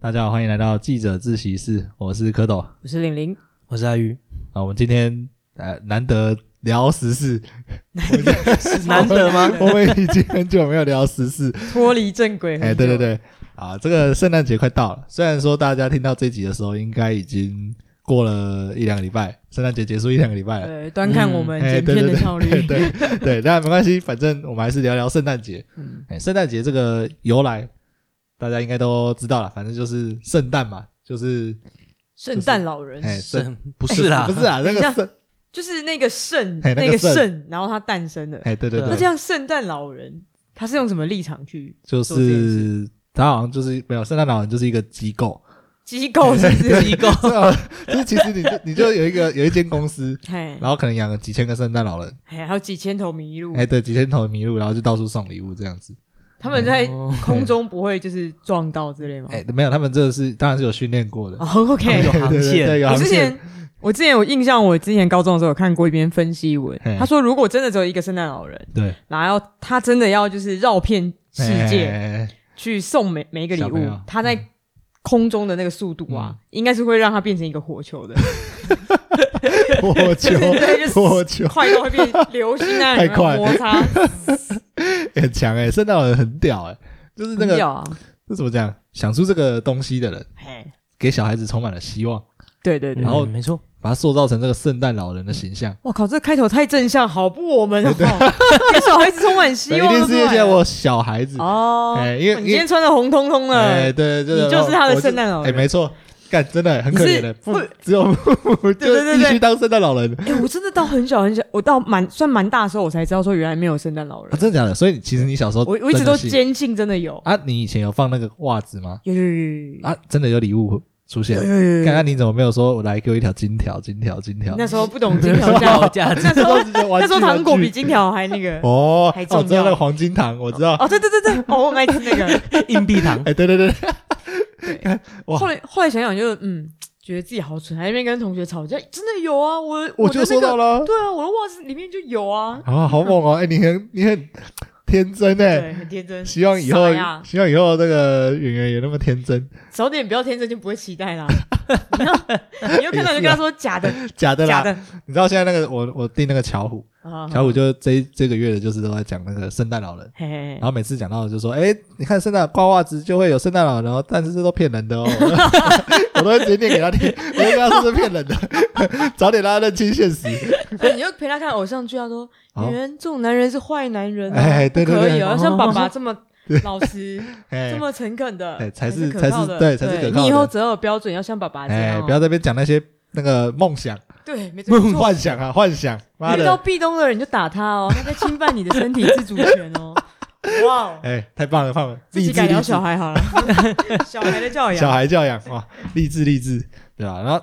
大家好，欢迎来到记者自习室，我是蝌蚪。我是玲玲，我是阿鱼，啊，我们今天呃难得聊时事，难得吗？ 我们已经很久没有聊时 事。 脱离正轨。哎，对对，对，啊，这个圣诞节快到了，虽然说大家听到这集的时候，应该已经过了一两个礼拜，圣诞节结束一两个礼拜了。对，端看我们哎剪对片对的对效率。 对对对，那没关系，反正我们还是聊聊圣诞节。嗯哎，圣诞节这个由来，大家应该都知道了，反正就是圣诞嘛，就是圣诞老人哎，是圣不是啦？不是啊，那等一下个圣，就是那个圣，哎那个那个圣圣，然后他诞生的。哎，对对对那对这，样，圣诞老人他是用什么立场去就做这件是他好像就是没有圣诞老人就是一个机 构，机哎构？是不是？机构是啊，就是其实你就你就有一个有一间公司，哎然后可能养了几千个圣诞老人，哎，还有几千头麋鹿，哎，对，几千头麋鹿，然后就到处送礼物这样子。他们在哦空中不会就是撞到之类吗？哎，没有，他们这个是当然是有训练过的，哎哦他们，OK，有航对对对线，有我航之线前。我之前有印象，我之前高中的时候有看过一篇分析文嘿，他说如果真的只有一个圣诞老人，对然后他真的要就是绕遍世界，哎哎哎哎去送每每一个礼小朋物友，嗯它在空中的那个速度啊，应该是会让它变成一个火球 的，火球对 对就是，火球快到会变流星那太样有没快有摩擦，很强哎，圣诞老人很屌哎，就是 那很屌个啊，这怎么讲？想出这个东西的人，嘿，给小孩子充满了希望，对对对然哎嗯，后没错，把他塑造成这个圣诞老人的形象。我靠，这开头太正向，好不我们哦，给小孩子充满希对望一定的出是因来了，为现在我有小孩子，哦，哎因为你今天穿的红彤彤哎，的，对，你就是他的圣诞老哎，人，没错，干真的很可怜的，你是不会只有父母就对对对必须当圣诞老人哎，我真的到很小很小，我到蛮算蛮大的时候，我才知道说原来没有圣诞老啊，人，真的假的？所以其实你小时候我我一直真的都是坚信真的有，啊，你以前有放那个袜子吗？有有有有啊，真的有礼物出现有有，有有看看你怎么没有说我来给我一条金条，金条，金条，那时候不懂金条价有 价值那时候直接玩那具时候糖果玩具比金条还那个。哦，还哦重我知道要那个黄金糖，我知道。哦，对对对对，哦，我很爱吃那个。硬币糖，哎，对对对， 哇后来后来想想就，嗯，觉得自己好蠢，还在那边跟同学吵架。真的有啊，我我的就那收个到了对啊，我的袜子里面就有啊。啊，好猛哦！哎，你很你很天真哎，对，很天真。希望以后傻呀希望以后那个演员也那么天 真，早点不要天真，就不会期 待啦。你要看到就跟他说假的，假的假啦。的你知道现在那个我我订那个巧虎，啊。巧虎就这一这个月的就是都在讲那个圣诞老人。嘿嘿然后每次讲到的就说，哎，你看圣诞挂袜子就会有圣诞老人哦，但是这都骗人 的哦，我都会直接念给他听，我就跟他说是骗人的， 早点让他认清现实。哎嘿，你就陪他看偶像剧，他说：“哦女人这种男人是坏男人啊，哎不对对可对以啊，哦像爸爸 这么老实，哎这，么诚恳的对，哎才是是可才靠的是对才是可靠的你以后择偶标准要像爸爸这样哎，哦，不要在那边讲那些那个梦想、对，没错，没错幻想啊、幻想，妈遇到的，壁咚的人就打他哦，他在侵犯你的身体自主权 哦。哇哦，哎，太棒了，棒了，自励己志改励聊志小孩好了，小孩的教小养。孩教养哇，励志励志，对吧？然后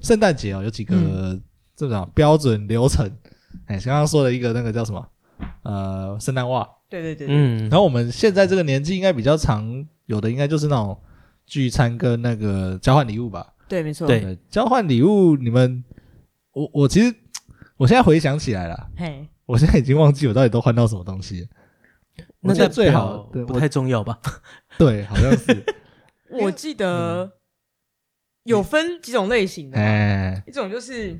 圣诞节哦，有几个嗯这种标准流程，哎、刚刚说了一个那个叫什么？呃，圣诞袜。对对对对，嗯然，后我们现在这个年纪应该比较常有的，应该就是那种聚餐跟那个交换礼物吧。对，没错。对呃交换礼物，你们，我我其实我现在回想起来了，嘿，我现在已经忘记我到底都换到什么东西了。那我记得代最好表对不我太重要吧？ 对，好像 是，嗯我记得有分几种类型的，哎一种就是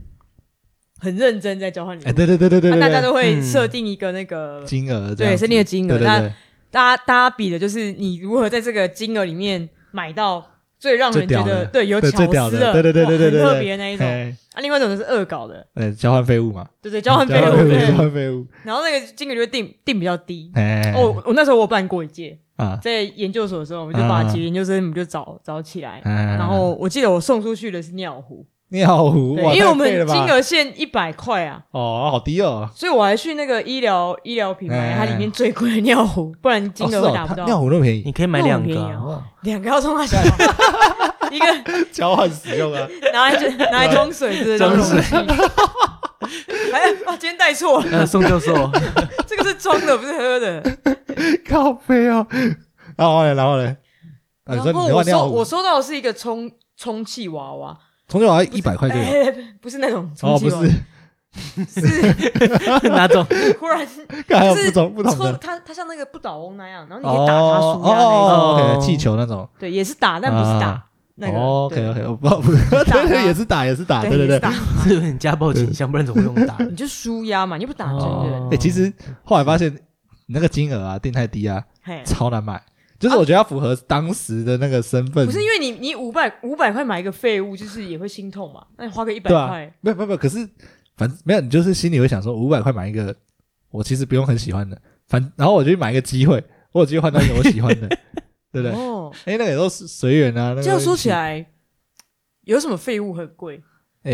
很认真在交换礼哎，物，对对对对对啊对，大家都会嗯设定一个那个。金额这对，样设子，定的金额，对对那对，大家大家比的就是你如何在这个金额里面买到最让人最觉屌得的对有对巧思最屌的对对对哇对对对很特对别那一种。哎啊，另外一种就是恶搞的，呃，交换废物嘛，对对，交换费交用换废对物，交换废物，然后那个金额就会定定比较低。哎，哦，我我那时候我办过一届，啊，在研究所的时候，我们就把啊几个研究生我们就找找起来。然然后我记得我送出去的是尿壶，哎尿壶，对哇，因为我太废了们吧金额限一百块啊，哦，好低哦，所以我还去那个医疗医疗品哎牌，它里面最贵的尿壶，不然金哦额是会哦达不它到。尿壶那么便宜你，可以买两个那很便宜啊啊，哦两个要冲 他小，一个交换使用 啊，拿来就拿来装水之类的东西。哎，啊，今天带错了，呃，宋教 授，这个是装的，不是喝的。靠背哦，然后嘞，然后嘞，啊，你说然后你我换尿收我壶，收到的是一个充充气娃娃，从小要一百块就有，哎不是那种充哦，不气娃娃，是， 是哪种？忽然看还有是不同不同错，的它它像那个不倒翁那样，然后你可以哦打它哦输哦压那种，哦那一种，OK，气球那种。对，也是打，但不是打啊那个。哦对，OK OK，我不 不，对对，也是打也是打，对对对也对 是。打，是有点家暴倾向，不然怎么用打？你就输压嘛，你又不打针的人哦，哎，其实后来发现你那个金额啊定太低啊，嘿，超难买。就是我觉得要符合当时的那个身份，不是因为你你五百五百块买一个废物，就是也会心痛嘛，那你花个一百对啊块，没有没有没有，可是反正没有，你就是心里会想说，五百块买一个我其实不用很喜欢的，反然后我就去买一个机会，我有机会换到一个我喜 欢的，对不对？哦，哎、那个也都是随缘啊。那个这样说起，来，有什么废物很贵？哎、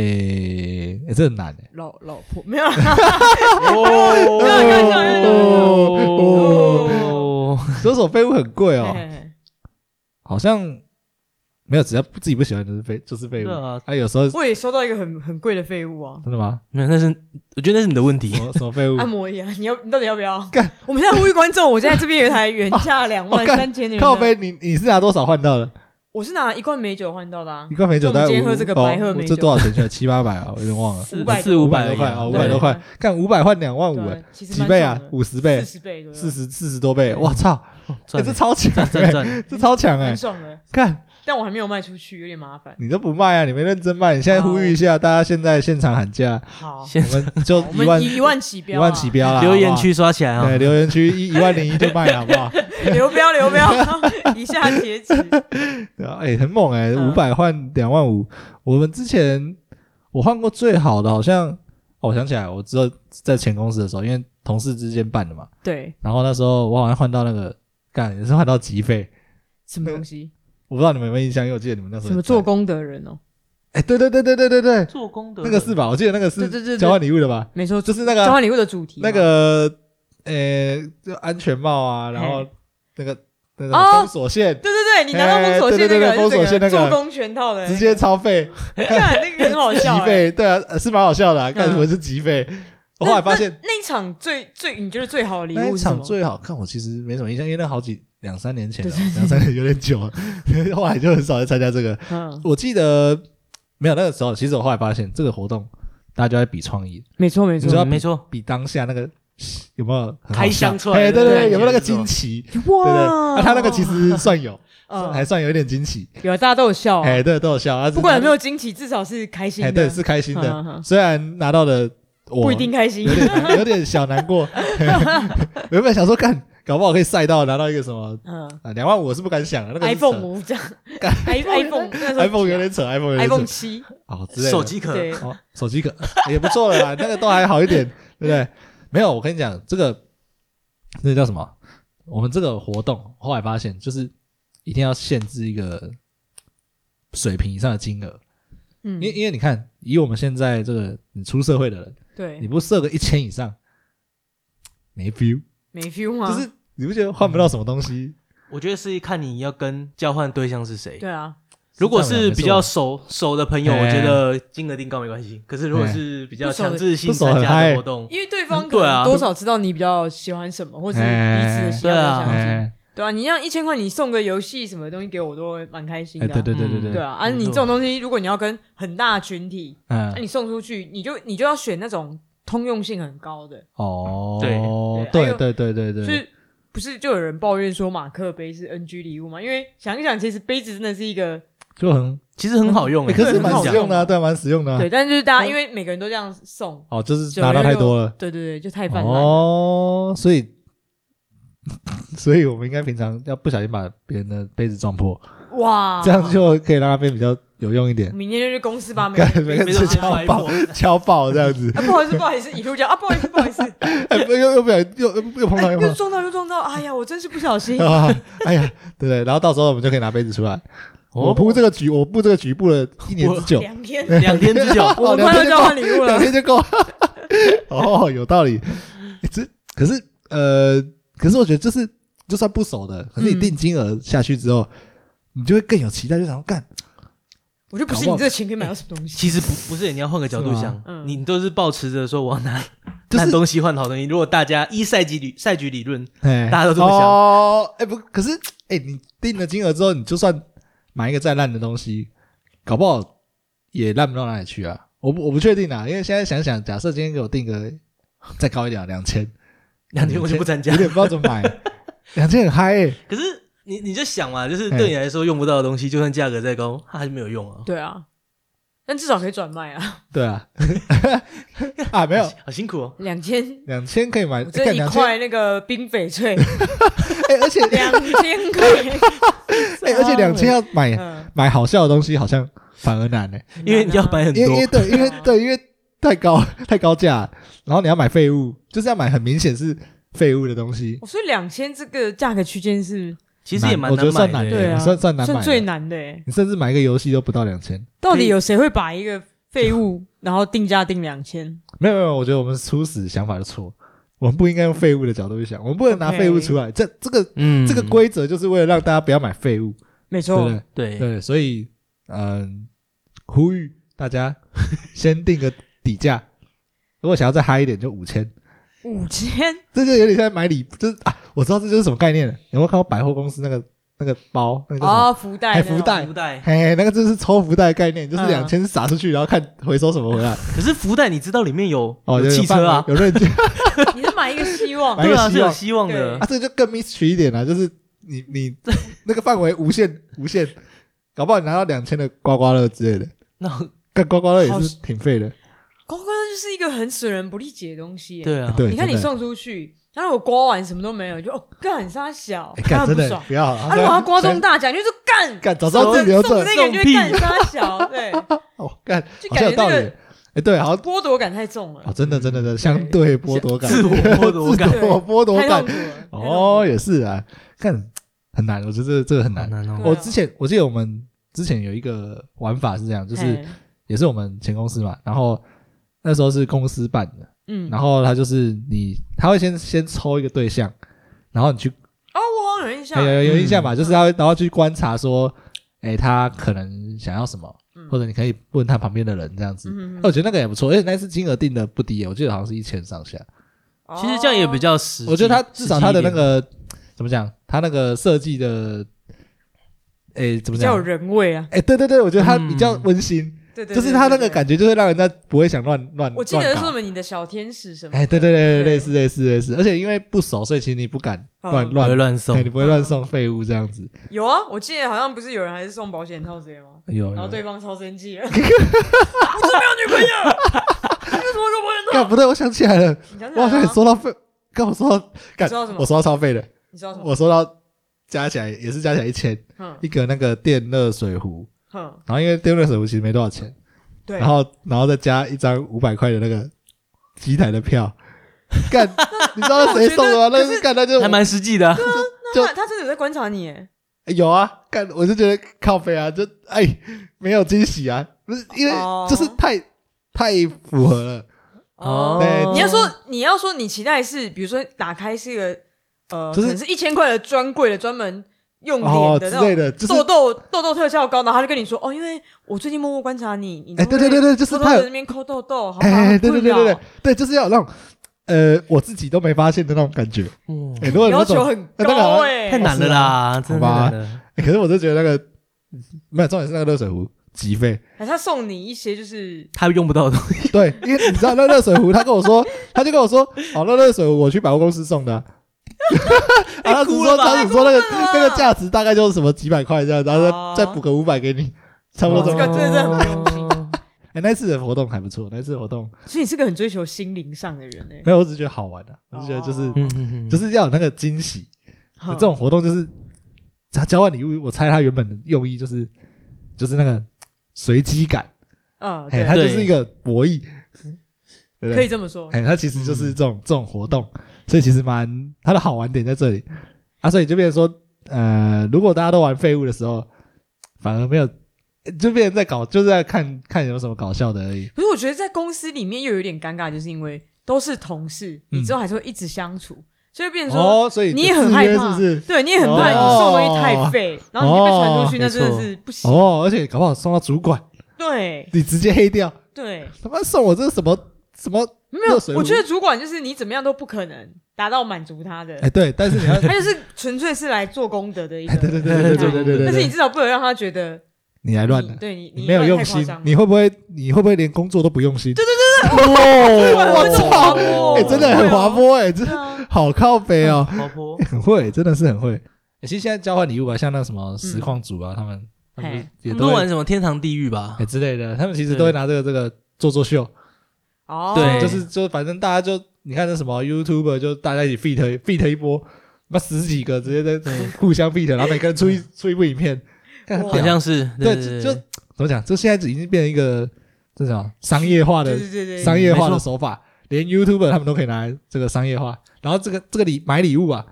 哎这很难哎、老老婆没有啦，哦哦，所以说废物很贵哦嘿，嘿嘿好像没有，只要自己不喜欢就是废就是废物。对啊啊，有时候 我也收到一个很很贵的废物啊，真的吗？没有，那是我觉得那是你的问什题。么什么废物？按摩椅啊，你要你到底要不要嗯干？我们现在呼吁观众，我现在这边有一台原价两 万哦干三千元的靠，背，你你是拿多少换到的？我是拿一罐美酒换到的啊一，罐美酒就我大们概今天五喝这个哦白鹤美这酒多少钱去了？七八百啊，我有点忘了。四四五百啊多块哦，五百对多块，干五百换两万五哎对，，其实几倍啊？五五十倍四、十倍，对不对四十四十多倍，我操！欸赚这超强赚欸，赚，这超强哎蛮！爽的，看但我还没有卖出去，有点麻烦。你都不卖啊，你没认真卖，你现在呼吁一下，大家现在现场喊 价，啊好，我们就哦我一们万一一万起一标啊，万起标啦，留好言哎不好区刷起来啊对！留言区一一万零一就卖了，好不 好？流标流 标， 以下截止。对啊，哎，很猛哎，嗯五百换两万五，我们之前我换过最好的，好像哦我想起来，我只有在前公司的时候，因为同事之间办的嘛，对，然后那时候我好像换到那个干也是换到集费。什么 东西？我不知道你们有没有印象，因为我记得你们那时候什么也在做工的人哦？哎，对对对对对对对，做工的那个是吧？我记得那个对对对是对交换礼物的吧？没错，就是那个啊交换礼物的主题嘛。那个呃，就安全帽啊，然后嘿那个那哦种封锁线，对对对，你拿到封锁哎对线对那对个，封锁是这线那个做工全套的，直接超费 看那个很好集 笑欸。费，对啊，呃是蛮好笑的啊。干嗯什么是集费？我那后来发现那一场最最你觉得最好的礼那物一是什场么？最好看，我其实没什么印象，因为那好几两三年前了，两三年有点久了， 后来就很少再参加这个。嗯，我记得没有那个时候，其实我后来发现这个活动大家就在比创意，没错没你知道错，没错，比当下那个有没有很好开箱出来哎，的对那对个感对，觉有没有那个是吧惊奇？对对，哇啊，，他那个其实算有，算还嗯算有一点惊喜。有大家都有笑啊，哎，对，都有笑啊，不管有没有，有惊喜，至少是开心哎，的，对，是开心的。嗯嗯嗯虽然拿到的我 不一定开心有。点有点小难 过，原本想说干，搞不好可以赛到拿到一个什么嗯啊，两万五我是不敢想的，那个是扯，iPhone 五这样，iPhone 那时候 iPhone 有点扯，iPhone 有点 iPhone 扯， 七，哦之类的手机壳对，哦，手机壳 也不错了 啦，那个都还好一点，对不对？没有，我跟你讲，这个那叫什么？我们这个活动后来发现，就是一定要限制一个水平以上的金额，嗯，因因为你看，以我们现在这个你出社会的人，你对，不设个一千以上，没 feel，没 feel 吗？就是你不觉得换不到什么东西？我觉得是看你要跟交换对象是谁。对啊， 如果这样是的比较没错熟熟的朋友，哎我觉得金额定高没关系。可是如果是比较强制性不熟的不熟很参加嗨的活动，因为对方可对啊能多少知道你比较喜欢什么，或者是彼此的喜好比较哎相近。哎对啊，你让一千块，你送个游戏什么东西给我，都会蛮开心哎，的啊。对对对对嗯对啊，啊，没错你这种东西，如果你要跟很大群体，那、嗯，你送出去，你就你就要选那种通用性很高的，哦，对还对有对对对对，就是不是就有人抱怨说马克杯是 NG 礼物嘛？因为想一想，其实杯子真的是一个、就很其实很好用、欸，欸可是很蛮好实用用的啊，对啊，蛮实用的啊。对，但是就是大家、嗯因为每个人都这样送，哦，就是久了拿到太多了。对对对，就太泛滥了。哦，所以，所以我们应该平常要不小心把别人的杯子撞破，哇，这样就可以让它变比较有用一点，明天就去公司把 每干个每人个杯没子字事拿来敲爆敲爆这样子，啊，不好意思，不好意思，一路这样啊，不好意思，不好 意思，哎，不又又不小心又又又碰到哎又又碰撞到又撞到，哎呀，我真是不 小心到，。啊，哎呀，对对，然后到时候我们就可以拿杯子出来。哦我布这个局，我布这个局布了一年之久，两天，两天之久， 我们两快天就要交够换礼物两了。天就够。 哦，有道理。欸这可是呃，可是我觉得就是就算不熟的，可是你嗯定金额下去之后，你就会更有期待，就想要干。我就不信你这个钱可以买到什么东西。其实不不是，你要换个角度是吗想，嗯你都是抱持着说我要拿就是拿东西换好东西。如果大家依赛局理赛局理论，哎，大家都这么想哦，哎、不，可是哎、你定了金额之后，你就算买一个再烂的东西，搞不好也烂不到哪里去啊。我不我不确定啊，因为现在想想，假设今天给我定个 再高一点，两千，两天我就不参加有。点不知道怎么买，两千很嗨欸，可是你你就想嘛，就是对你来说用不到的东西，就算价格再高，它还是没有用啊。 对啊，但至少可以转卖啊，对啊， 啊没有好辛苦哦。两千。两千可以买，我这一两千块那个冰翡 翠哎，而且 两千 块，哎而且两千要买嗯，买好笑的东西好像反而难呢，欸因为你要买很因为因为多，对因为 对因为太高 太高价了，然后你要买废物，就是要买很明显是废物的东西，我说哦两千这个价格区间是其实也蛮我觉得算买难的。对啊，算算难买的最难的欸。你甚至买一个游戏都不到两千。到底有谁会把一个废物然后定价定两千？没有没有，我觉得我们初始想法就错，我们不应该用废物的角度去想，我们不能拿 OK 废物出来。这这个、嗯这个规则就是为了让大家不要买废物，对没不错，对？对对，所以嗯、呼吁大家先定个底价，如果想要再嗨一点，就五千。五千这就有点像买礼，就是啊，我知道这就是什么概念了。有没有看过百货公司那个那个包，那个叫什么？哦，福袋还那福种，袋福袋，嘿嘿，那个就是抽福袋的概念，就是嗯两千撒出去，然后看回收什么回 来。可是福袋你知道里面有哦，有有汽车啊，有认真你是买一个希望 买，一对个啊希是有望希望对的啊，。这个就更 mystery 一点啦、就是你 你那个范围无限无限，搞不好你拿到两千的刮刮乐之类的，那但刮刮乐也好是挺废的。刮刮乐就是一个很损人不利己的东 西。，欸对啊，对，你看你真的送出去，然后我刮完什么都没有，就哦干啥小哎，当干然真不的爽。不要啊啊，如果他刮中大，大奖，就是干。干早知道自己留送着的，那个人就送会干啥 小，对，哦，干就好像感有觉道那理个。哎，对，好像剥夺感太重了哦，，真的真的真的相对剥夺感，自我剥夺感 自我剥夺太感痛苦了。太痛苦哦，了，也是啊，看很难，我觉得这这个很难。难哦对啊我之前我记得我们之前有一个玩法是这样，就是嘿也是我们前公司嘛，然后那时候是公司办的，嗯，然后他就是你，他会先先抽一个对象，然后你去哦，我好像有印象有，有有印象嗯吧，就是他会然后去观察说，哎，他可能想要什么，嗯或者你可以问他旁边的人这样子。嗯嗯嗯那我觉得那个也不错，而且那次金额定的不低耶，我记得好像是一千上下。 嗯其实这样也哦比较实际。我觉得他至少他的那实际个怎么讲，他那个设计的，哎，怎么比较有讲？人味啊，哎，对对对，我觉得他比较嗯温馨，对对，就是对他那个。对对感觉，就会让人家不会想乱乱我记得乱是搞什么你的小天使什么？哎，对对对，对对类似类似类似，而且因为不熟，所以其实你不敢嗯乱一点不会乱，乱对送你，不会乱送废物这样子。有啊，我记得好像不是有人还是送保险套之类吗？有然后有，哦对方超 生气了，我真没有女朋友，你为什么给我保险干套？不对，我想起来了，你 想起我好来像也了吗？收到废，干我收到干你收到什么我收到超费的，你知道什么？我收到加起来也是加起来一千哼一个那个电热水壶，哼，然后因为电热水壶其实没多少钱。对然，后然后再加一张五百块的那个机台的 票，干，你知道那谁送的吗？我觉得那可是是干，那就还蛮实际的啊。就那他他真的有在观察你耶，有啊，干，我就觉得靠背啊，就哎没有惊喜啊，不是因为哦就是太太符合了，哦对你要说你要说你期待是，比如说打开是一个呃，就是可能是一千块的专柜的专门用哦脸之的那类种的，就是痘痘痘痘特效膏，然后他就跟你说哦，因为我最近默默观察你，你哎对对对对，就是偷偷他在那有边抠痘痘，好吧，哎很对对困对扰对对对，就是要有那种呃我自己都没发现的那种感觉，嗯哎，如果有要那求种，很那个好高像哎，太难了啦，真的好吧太难了。哎可是我就觉得那个没有重点是那个热水壶极费。哎他送你一些就是他用不到的东西，对，因为你知道那热水壶，他跟我说，他就跟我说，好，那热水壶我去百货公司送的啊、 啊。他只哭说，了吧他只说那个太过分了那个价值大概就是什么几百块这样，然后哦再再补个五百给你，差不多这这个么。真的很不用心哎，那次的活动还不错，那次的活动所以你是个很追求心灵上的 人哎，没有，我只是觉得好玩的、我只是觉得就是哦嗯嗯嗯就是要有那个惊喜。这种活动就是他交换礼物，我猜他原本的用意就是就是那个随机感，嗯，哎，对它啊，就是一个博弈，对不对可以嗯这么说，哎，它其实就是这种、这种活动，所以其实蛮它的好玩点在这里啊，所以就变成说，呃，如果大家都玩废物的时候，反而没有，就变成在搞，就是在看看有什么搞笑的而已。可是我觉得在公司里面又有点尴尬，就是因为都是同事，嗯你之后还是会一直相处，所以变成说。哦，所以你也很制害约是怕，不是？对你也很哦怕你送东西太废，然后你就被传出去，哦那真的没错是不行。哦，而且搞不好送到主管，对你直接黑掉，对，他妈送我这什么什么？没热水有，壶我觉得主管就是你怎么样都不可能达到满足他的哎，，对，但是你要，他就是纯粹是来做功德的一个哎，。对对对对对对对对但是你对，至少不能让他觉得你来乱你的，对你你没有用心，你会不会你会不会连工作都不用心？对对对对， 我操，哎，真的很滑坡哎，这好靠北哦，滑坡很会，真的是很会。欸其实现在交换礼物啊，像那什么实况组啊，他们他们嘿也他们都都会玩什么天堂地狱吧欸？之类的，他们其实都会对拿这个这个做做秀， 哦，对就是就反正大家就你看那什么 YouTuber 就大家一起 fit fit 一波，那十几个直接在对互相 fit，然后每个人出一出一部影片，看哇好像是对对，就就怎么讲？这现在已经变成一个这种商业化的对对对对，商业化没的错手法，连 YouTuber 他们都可以拿来这个商业化。然后这个这个礼买礼物啊，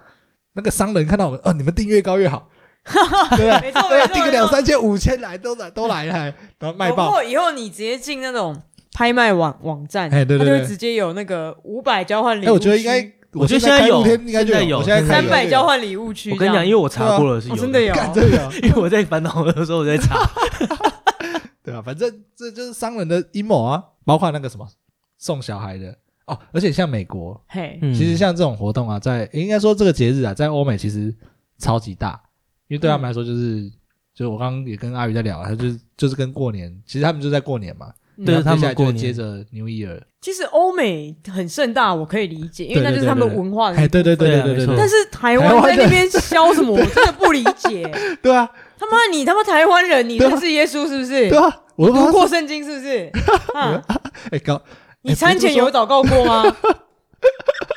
那个商人看到我们，哦，你们订越高越 好，对不对？没对错哦没啊，错订个没两错三千、五千来都来都来来，然后卖不爆。过以后你直接进那种拍卖网网站，哎对对它就对会直接有那个五百交换哎，礼物区，我觉得应该，啊我觉得现在现在开露有天应该就现在有我现在开三露百天交换礼物区。我跟你讲，因为为我啊查过了是哦有真的有，干这个， 因为我在烦恼的时候我在查，对啊，反正这就是商人的阴谋啊，包括那个什么送小孩的哦，而且像美国，嘿， 嗯其实像这种活动啊，在应该说这个节日啊，在欧美其实超级大，因为对他们来说就是，就是我刚刚也跟阿宇在聊啊，他就是就是跟过年，其实他们就在过年嘛，嗯对然后他们接下来就过会年接着 New Year，其实欧美很盛大，我可以理解，因为对那就是对他们对文化的一哎，部分。对对对对啊对对没错对但是台台湾湾在的那边消什么，我真的不理解。 对啊他妈，你他妈台湾人，你对啊认识耶稣是不是对？啊，我都不读知道过圣经是 不是？啊，哎搞你餐前有祷告过吗？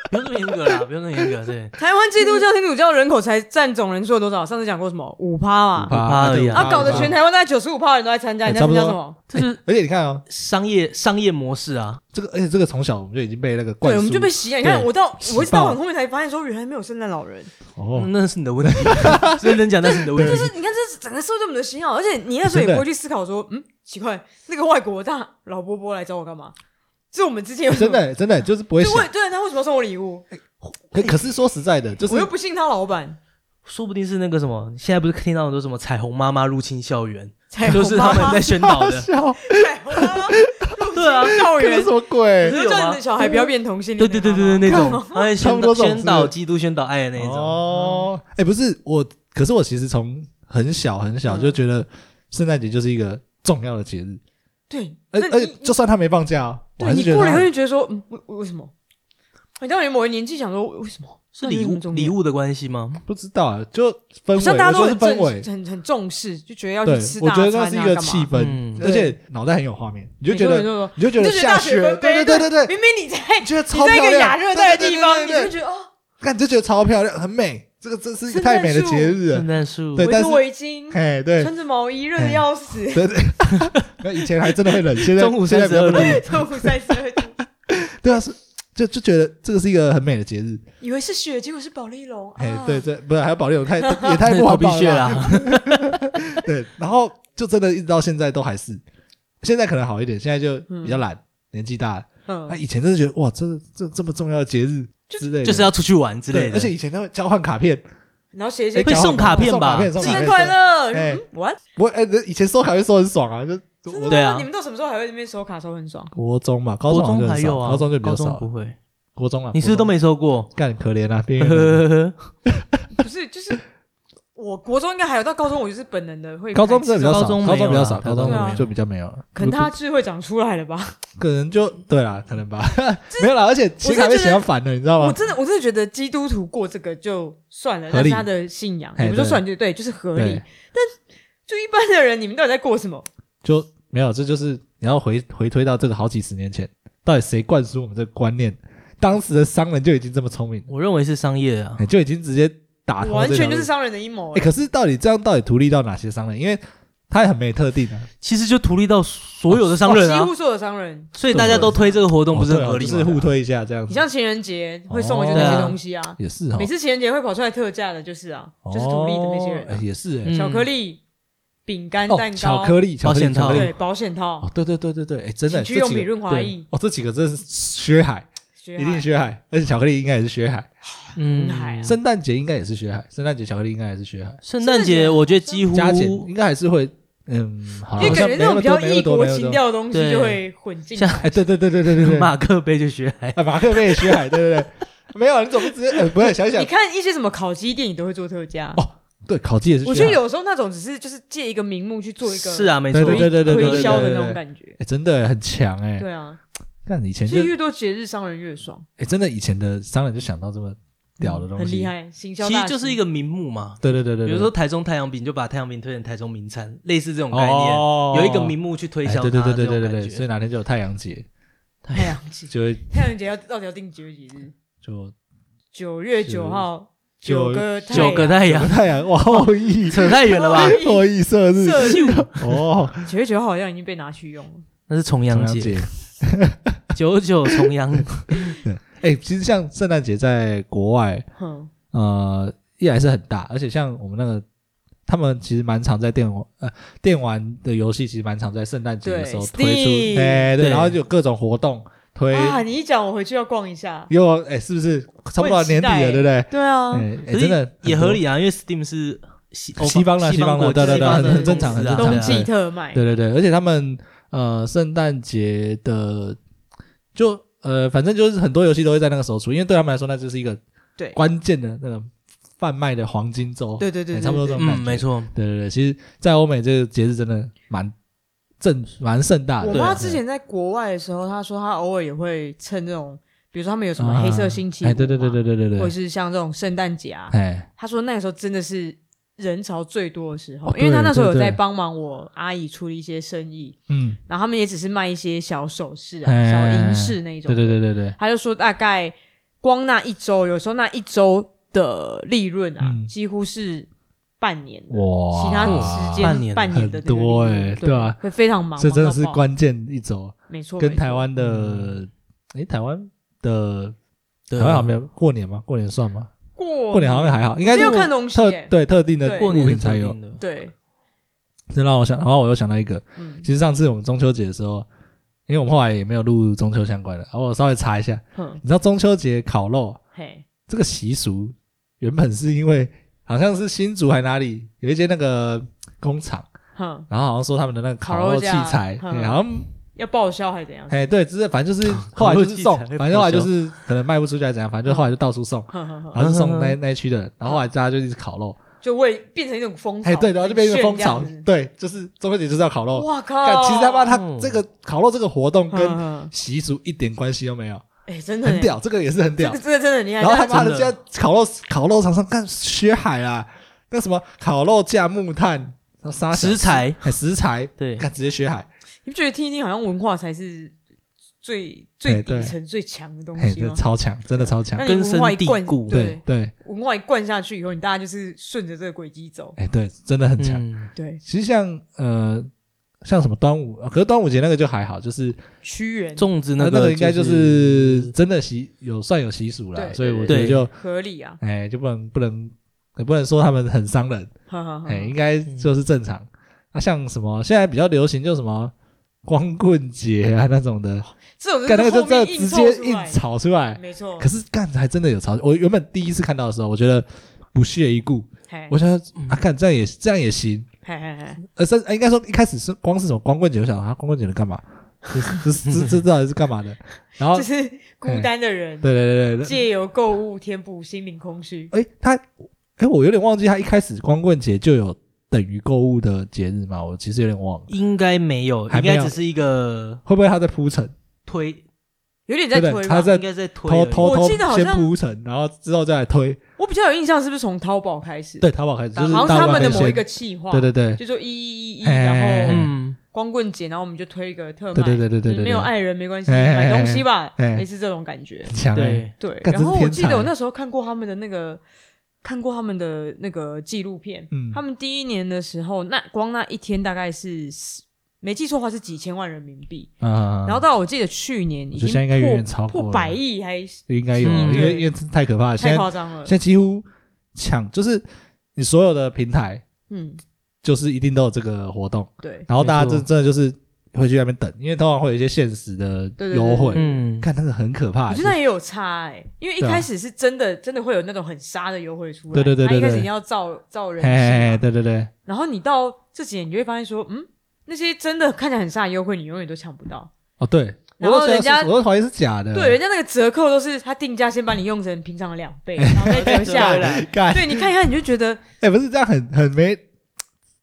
不用那么严格啦，不用那么严格，对，台湾基督教、天主教人口才占总人数有多少？上次讲过什么五趴嘛？趴而已啊啊，搞得哎全，台湾大概九十五趴人都在参加，哎你在差不参多加什么？这是而且你看哦， 商业商业模式啊，这个而且这个从小我们就已经被那个灌对，输，我们就被洗了。你看，对我到洗我一直到爆很后面才发现，说原来没有圣诞老人。哦，那是你的问题，啊 认真讲那是你的问就题是。你看，这整个社会对我们的洗脑，而且你那时候也真的不会去思考说，嗯，奇怪，那个外国大老伯伯来找我干嘛？这我们之前有什真么，的真的就是不会嗯就想，问对他为什么要送我礼物？可可是说实在的，就是我又不信他老板， 说不定是那个什么，现在不是听到很多什么彩虹妈妈入侵校 园，彩虹就是他们 在宣导的，笑，彩虹妈 妈对啊，校这园是什么鬼可？就是有叫啊你的小孩不要变同性对恋，对对对对，那种，他在差不多宣导这种宣导是基督、宣导爱的那一种，哦，哎、不是我，可是我其实从很小很小嗯就觉得圣诞节就是一个重要的节日，对，而那而且你就算他没放假、哦，我对还是你觉得过了以后它就觉得说，嗯，为为什么？你到你某个年纪想说，为什么？是礼物礼物的关系吗？不知道啊，就氛好像围，大家我都觉得是氛很重围，很很重视，就觉得要对去吃，我大觉餐得啊，那是一个干嘛气氛，嗯而且脑袋很有画面，你就没觉错没得错没错你就觉得你就觉得下大雪纷对飞对对对对，明明你在你觉得你 超漂在一亮，个亚热带的对地方，对对你就对会觉得哦，看你就觉得超漂亮，很美，这个真是一个圣诞太美的树节日了圣，诞树，对围但着是围巾，哎，对，穿着毛衣，热的要死，对对， 那以前还真的会冷，现在中午现在比较不冷32中午三十二度，对啊，是就就觉得这个是一个很美的节日。 以为是雪，结果是宝丽龙，哎、啊对，对，不是还有保利龙 太也太不头环皮保屑啊了吧。啦，对，然后就真的一直到现在都还是，现在可能好一点，现在就比较懒，年纪大了。那、嗯，以前真的觉得哇，这这这么重要的节日之类的，就是要出去玩之类对，的，而且以前他会交换卡片，然后写一些哎会送卡片交换吧送卡片，送卡新片年快。乐，哎嗯，what？我哎、以前收卡片收很爽啊，就我对啊你，们到什么时候还会在那边收卡收很爽？国中嘛，高国中好像就很中还少有啊，高中就比较少不了，会，国中啊，你是不是都国中没收过？干可怜啊，边呵缘 人呵呵呵不是，就是我国中应该还有，到高中我就是本能的会高中排真斥的比较这种少，高中没高有中比较啊少，啦高高中没中有就比较没有了。啊可能他智慧长出来了吧？ 可能就对啦，可能吧，没有啦，而且写卡片写到烦了，你知道我吗？真的，我真的觉得基督徒过这个就算了，哦合那理是他的信仰，嘿你们说对算就对，就是合理对。，就一般的人，你们到底在过什么？就没有，这就是你要回回推到这个好几十年前，到底谁灌输我们这个观念？当时的商人就已经这么聪明，我认为是商业啊，哎就已经直接打通完这条全路就是商人的阴谋啊哎，。可是到底这样到底图利到哪些商人？因为他也很没特定啊，其实就图利到所有的商人哦几啊乎，所有商嗯人，所以大家都推这个活动，不是哦对很啊合理就是互吗？推一下这样你子，像情人节会送回去哦那些东西啊，也是哈每，次情人节会跑出来特价的，就是啊，就是图利的那些人哦哦哎啊，也是哎嗯巧克力、饼干、蛋哦，糕、巧克力，巧克保力，险巧套克力对，保险套哦，、对对对对对，哎，真的，情趣这用几品个润滑对液哦，这几个真是血海。雪一定海血海，而且巧克力应该也是血海。嗯嗨啊圣诞节应该也是血海，圣诞节巧克力应该也是血海。圣诞节我觉得几乎加减应该还是会，嗯，好因为像感觉没那那么种比多，较没那异么多，国没那情么多。调的东西就会混进像来。哎，对对对对对对 对，马克杯就学来，哎马克杯也 血海，对对对，没有，你怎么直接？哎，不是，想一想你，看一些什么烤鸡店，你都会做特价。哦，对，烤鸡也是我需觉得要。有时候那种只是就是借一个名目去做一个是啊，没错，对对对对对对推销的那对对对种感觉。哎，真的很强哎！对啊，看以前其就实越多节日商人越爽，哎，真的以前的商人就想到这么屌的东西，嗯很厉。害，行销其大实使就是一个名目嘛。对对对对，比对如说台中太阳饼，就把太阳饼推成台中名产，类似这种概念，哦有一个名目去推哎销它，对对对对对这对对，种感所以觉。哪天就有太阳节，太阳 节。就会太阳节要到底要定几月几日？就九月九号，九九个太九个太阳， 太阳，哇，好意 扯 太远 了吧？好哦意射日射日。哦，九月九号好像已经被拿去用了。那是重重阳阳节，节。九九重阳。哎，其实像圣诞节在国外，哼，呃，依然是很大，而且像我们那个，他们其实蛮常在电玩呃电玩的游戏，其实蛮常在圣诞节的时候对推出， Steam 哎、对，对然后就有各种活动推，啊，你一讲我回去要逛一下。又哎、是不是差不多年底我了，很对期不对？对啊，哎、 哎可真的是很也多合，理啊，因为 Steam 是西欧西方的西方西方的国家对对对啊西方的很很公正常司很啊正常冬对啊季特卖。对对对，而且他们呃圣诞节的就呃反正就是很多游戏都会在那个时候出，因为对他们来说那就是一个对关键的那个贩卖的黄金周，对对对哎对，差不多这对种对感嗯，觉没错，对对对，其实，在欧美这个节日真的蛮正蛮盛大的。我对妈啊之前在国外的时候，她说她偶尔也会趁这种，比如说他们有对什么黑色星期五、啊哎，对对对对，对对或者对，是像这种圣诞节啊，哎，她说那个时候真的是人潮最多的时候，哦因为她那时候有对对对在帮忙我阿姨处理一些生意，嗯，然后他们也只是卖一些小首饰啊、哎小银饰那一种。对对对对对，他就说大概光那一周，有时候那一周的利润啊，嗯几乎是半年的，哇，其他时间半年半年的这个利润很多欸对对啊会非常忙，这真的忙到是爆关键一周，啊没错，跟没错台湾嗯的，哎，台湾的台对啊湾好像没有过年吗？过年算吗？过过年好像还好，应该这是要看东西特耶对特定的对过物年品是才特有。定的，对，这让我想，然后我又想到一个，嗯其实上次我们中秋节的时候，因为我们后来也没有录中秋相关的，然后我稍微查一下，哼你知道中秋节烤肉嘿，这个习俗原本是因为好像是新竹还哪里有一间那个工厂，哼，然后好像说他们的那个烤肉器材，烤肉架嗯对好像要报销还是怎样？哎对，就是反正 就是后烤来肉就是器材送，会反正后来报就销是可能卖不出去还是怎样，反正就后来就到处送，哼哼嗯哼，然后就送那那一区的人，然后后来大家就一直烤肉，就为变成一种风潮，哎对，然后就变成一个风潮很炫这样，子对，就是中秋节就是要烤肉。哇嗯干靠！其实他妈他哦这个烤肉这个活动哼跟哼习俗一点关系都没有，哎，真的很耶，屌，这个也是很这屌个。这个真的很厉害。然后他妈的，真的现在烤肉烤肉厂商干血海啊，那什么烤肉架木炭，然后杀小食材哎食材，对，看直接血海，你不觉得听一听好像文化才是最最哎对底层最强的东哎，西这吗？超强，真的超强那。你根文深化一蒂灌，固对对，对，文化一灌下去以后，你大家就是顺着这个轨迹走。哎对，真的很强。嗯对，其实像呃像什么端午，啊可是端午节那个就还好，就是屈原粽子呃那个个应该就是是真的习有算有习俗啦，对所以我觉对得对就合理啊，哎就不能不能也不能说他们很伤人，哈哈哈哎，应该就是正常。那像什么现在比较流行就什么光棍节啊那种的。这种干那哦个是就后真的面直硬接凑出硬来嗯的，炒出来。没错可。是干还真的有炒，我原本第一次看到的时候，我觉得不屑一顾，嘿我想说啊，干这样也这样也行。嘿嘿嘿，呃，甚呃应该说一开始是光是什么光棍节，我想啊，光棍节能干嘛？这这这这到底是干嘛的？然后就对是孤单的人对对对对，借由购物填补心灵空虚。哎，他哎，我有点忘记他一开始光棍节就有等于购物的节日嘛，我其实有点忘了，应该没有，还应没有该只是一个会不会他在铺陈？推，有点在对推他吧，在应该在推偷而已偷偷我记得好先像铺陈，然后之后再来推。我比较有印象，是不是从淘宝开始？，对，淘宝开始就是好像是大他部分们的可以某一先个企划，对对对，就说一一一一，嘿然后嗯，光棍节，然后我们就推一个特卖，对对对对对就对，是嗯没有爱人没关系，哎哎哎买东西吧，哎类似这种感觉。很强哎，对，对，干然后真是我天记才得我那时候看过他们的那个，看过他们的那个纪录片。嗯他们第一年的时候，那光那一天大概是十没记错的话是几千万人民币，啊，然后到我记得去年已我觉得现在经应该远远破超过破了百亿，还应该有，嗯因为对因为太可怕了，现太在夸张了现。在几乎抢就是你所有的平台嗯，就是一定都有这个活动，对，然后大家没错真真的就是会去那边等，因为通常会有一些限时的对对优对惠，嗯，看那个很可怕我，觉得那也有差哎、因为一啊对啊开始是真的真的会有那种很杀的优惠出来，对对对他一对开始对你要造造嘿人气嘿嘛嘿，对对对，然后你到这几年，你就会发现说，嗯，那些真的看起来很傻的优惠，你永远都抢不到。哦对，我然都后觉得人家是我都怀疑是假的。对，人家那个折扣都是他定价先把你用成平常的两 倍，然后再折下来。干，对，你看一看你就觉得，哎，不是这样很很没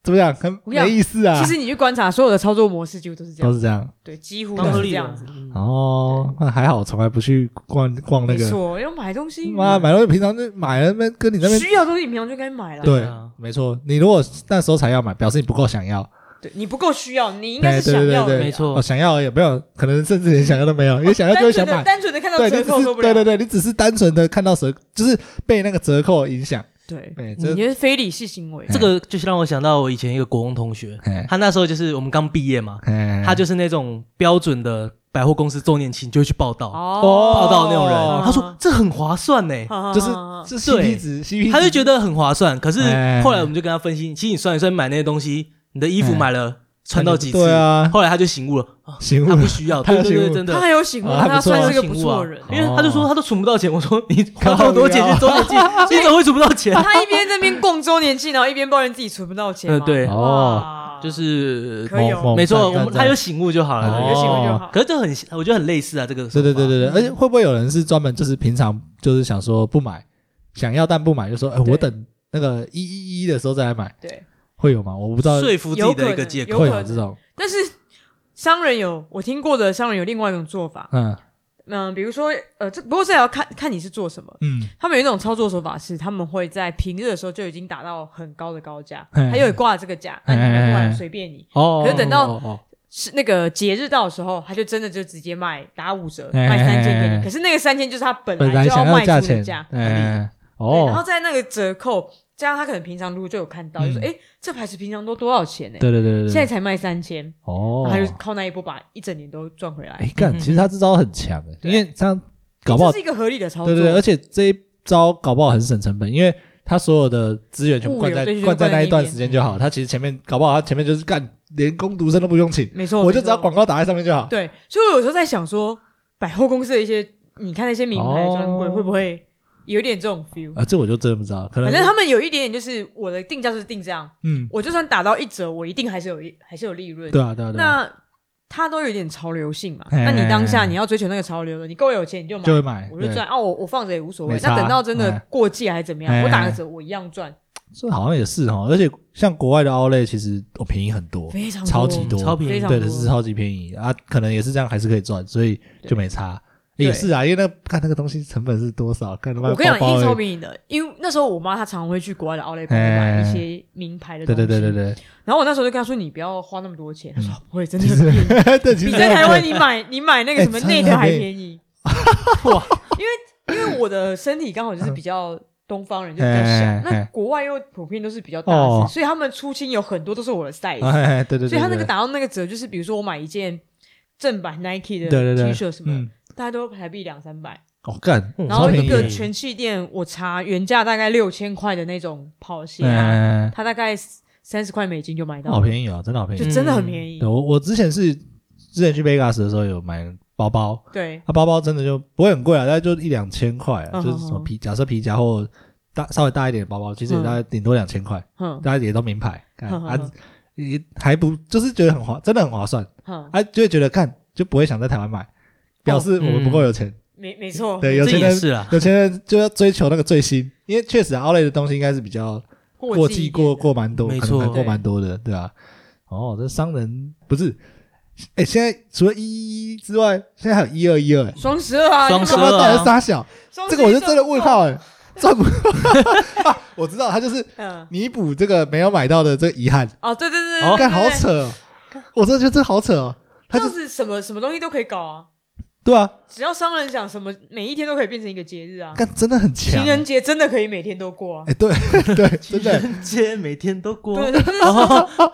怎么讲，很我跟你讲没意思啊。其实你去观察所有的操作模式，几乎都是这都样，是这样。对，几乎蛮合都是理这的样子。嗯哦，那还好，从来不去逛逛那没个。错，要买东西，妈，买东西平常就买了，那边跟你那边需要的东西你平常就该买了。对啊，没错。你如果那时候才要买，表示你不够想要。对，你不够需要，你应该是哎想对对要对的，对没错哦，想要也没有，可能甚至连想要都没有，因为想要就单会想纯的买。单纯的看到对你折只扣受是不了。对对对，你只是单纯的看到折，就是被那个折扣影响。对哎这你就是非理性行为。这个就是让我想到我以前一个国中同学，哎他那时候就是我们刚毕业嘛，哎，他就是那种标准的百货公司周年庆就会去报道，哦报道那种人。哦他说这很划算呢，就是啊是对 CP 值，CP 值他就觉得很划算。可是哎后来我们就跟他分析，其实你算一算买那些东西，你的衣服哎买了穿到几次？对啊，后来他就醒悟了，啊行他，不需 要，他有对对醒对，悟真的他。很有醒悟，啊他不错啊算是个醒不悟错啊的人。因为他就说哦他都存不到钱。我说你花那么多钱去周年庆，你怎么会存不到 钱？他一边在那边逛周年庆，然后一边抱怨自己存不到钱呃，嘛。对，哦，哇就是可以某某哦，没错，我赞们赞他有醒悟就好哦了。有醒悟就好。可是这很，我觉得很类似啊，这个对对对对，对对，而且会不会有人是专门就是平常就是想说不买，想要但不买，就说哎，我对等那个一一一的时候再来买，对，会有吗？我不知道，说服自有己可的能一个借口。有会可有能这种，但是商人有我听过的商人有另外一种做法，嗯嗯，比如说呃，这不过这也要看看你是做什么。嗯，他们有一种操作手法是，他们会在平日的时候就已经打到很高的高价，嗯还有挂了这个价，那嗯你买不嗯买嗯随便你。哦可是等到哦哦是那个节日到的时候，他就真的就直接卖打五折，哎卖三千给哎哎你。可是那个三千就是他本本来来就想卖价出钱的价，，嗯，对，然后哦，在那个折扣，加上他可能平常路就有看到，就说嗯哎，诶这牌子平常都多少钱呢？对对对对，现在才卖三千，哦，他就靠那一波把一整年都赚回来哎。干，其实他这招很强欸，因为这样搞不好嗯这是一个合理的操对作。对对，而且这一招搞不好很省成本，因为他所有的资源全部物灌流在对就是灌在灌在那一那段边时间就好。他其实前面搞不好他前面就是干，连工读生都不用请，没错，我哦没就只要错广告打在上面就好。对，所以我有时候在想说，百货公司的一些，你看那些名牌专柜哦会不会有点这种 feel？、啊，这我就真的不知道，可能反正他们有一点点，就是我的定价就是定这样，嗯，我就算打到一折，我一定还是有一还是有利润。对啊对啊对啊，那它都有点潮流性嘛，嘿那你当下你要追求那个潮流的，你够有钱你就买就，会买，我就对赚啊，我我放着也无所没谓。差那等到真的哎过季还是怎么哎样，我打个折我一样赚，这好像也是哈，而且像国外的 Outlet 其实我便宜很多，非常超级多超便非宜常对多的是超级便宜啊，可能也是这样还是可以赚，所以就没差。对也是啊，因为那个看那个东西成本是多少，看他妈我跟你讲，包一定包超而已便宜的，因为那时候我妈她常会去国外的 Outlet 帮我哎买一些名牌的东对西。对对对对，然后我那时候就跟他说：“你不要花那么多钱。”他说：“哦不会，真的其是实便宜 对，嗯其比实哎在台很贵湾你买你买那个什么内特还便 宜。”哇！因为因为我的身体刚好就是比较东方人，就比较哎小。哎那国外又普遍都是比较大哦只，所以他们出清有很多都是我的 size。哎，对对对，所以他那对个打到那个折，就是比如说我买一件正版 Nike 的对对 T 对恤什么嗯的，，大概都台币两三百。哦干，然后超一便宜个的全气垫，我查原价大概六千块的那种跑鞋啊，哎，它大概三十块美金就买到了。好便宜哦，真的好便就宜。真的很便宜对。嗯我我之前是之前去 Vegas 的时候有买包包，对，它包包真的就不会很贵啊，大概就一两千块啊，嗯就是什么皮，假设皮夹或大稍微大一点的包包，其实也大概顶多两千块，哼大家也都名牌，看嗯啊嗯，也还不就是觉得很划，真的很划算，哼，啊，就会觉得看就不会想在台湾买，表示哦我们不够嗯有钱，没没错，对，有这钱也人是啊，有钱人就要追求那个最新，因为确实 Outlet 的东西应该是比较过季一季点过过蛮多，没可能错过蛮多的，对啊。哦，这商人不是，哎，现在除了一一之外，现在还有一二一二，哎，双十二啊，双他十妈二到底是啥小？双十这一个我就真的问号，送，哎，赚不？ 啊我知道，他就是嗯，弥补这个没有买到的这个遗憾，哦，对对对哦对，干好扯，扯哦，我真的觉得这好扯哦，他这就样子什么什么东西都可以搞啊，对啊，只要商人想什么，每一天都可以变成一个节日啊，干真的很强，情人节真的可以每天都过啊，哎，对 对，真的， 人节每啊天都过对，这是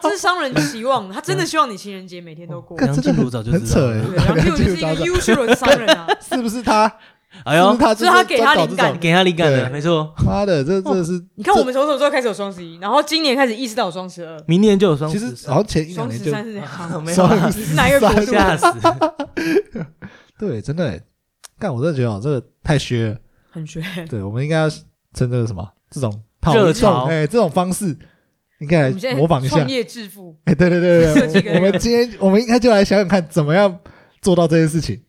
这是商人期望的，他真的希望你情人节每天都过。干梁真的静很茹早就很知道扯了哎对，然后，梁就静是茹一早个就优秀的商人啊， 是不是他？哎是不呦是，他就是是他给他灵专感哦搞这种给他灵感的，对没错。妈的，这这是你看我们从什么时候开始有双十一，然后今年开始意识到有双十二、明年就有双其十实哦三，好像前一两双年十就三是 好，没 有双啊你是哪一个 国度 吓的？死！对，真的欸，干我真的觉得哦，这个太削了。很绝，对，我们应该要趁这个什么这种套热这种潮哎这种方式，应该我来们现在模仿一下创。业致富，哎，对对对设计对个对，我那们个今天我们应该就来想想看，怎么样做到这件事情，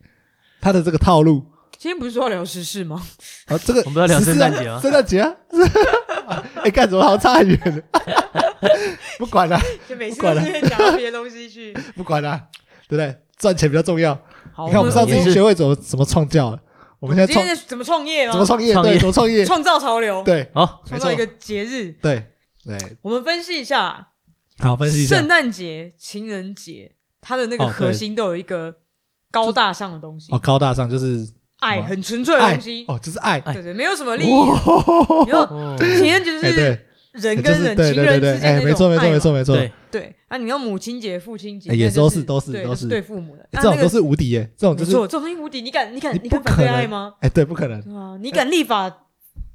他的这个套路今天不是说要聊时事吗？啊，这个我们不要聊14圣诞节吗圣诞节啊，哎，干什么好差很远的， 不管了、 就每次不管都了是讲到别的东西 去。不管了、对不对？赚钱比较重要。好，你看我们上次已也经是学会怎么怎么创教了，我们现在今创天在怎么创业吗？怎么创业，创对，业怎么创业，创造潮流，对，好，哦创造一个节日。对，对，我们分析一下，好，分析一下圣。诞节、情人节，它的那哦个对核心都有一个高大上的东西哦，，高大上就是爱哦很纯粹的爱东西，。哦，就是爱。对对，没有什么利益。哦，然后哦情人节就哎，是对，人就跟是人、对情对对人对，之哎，间没的那错种没爱错嘛没错没错，对，对，啊，你要母亲节、父亲节哎也那就都是都是对都都是对父母的。这那种那都个是无敌耶，这种没哦就是错，这种东西无敌，你敢你敢你你不敢反可对爱能吗？哎，对，不可 能，对啊，你敢立法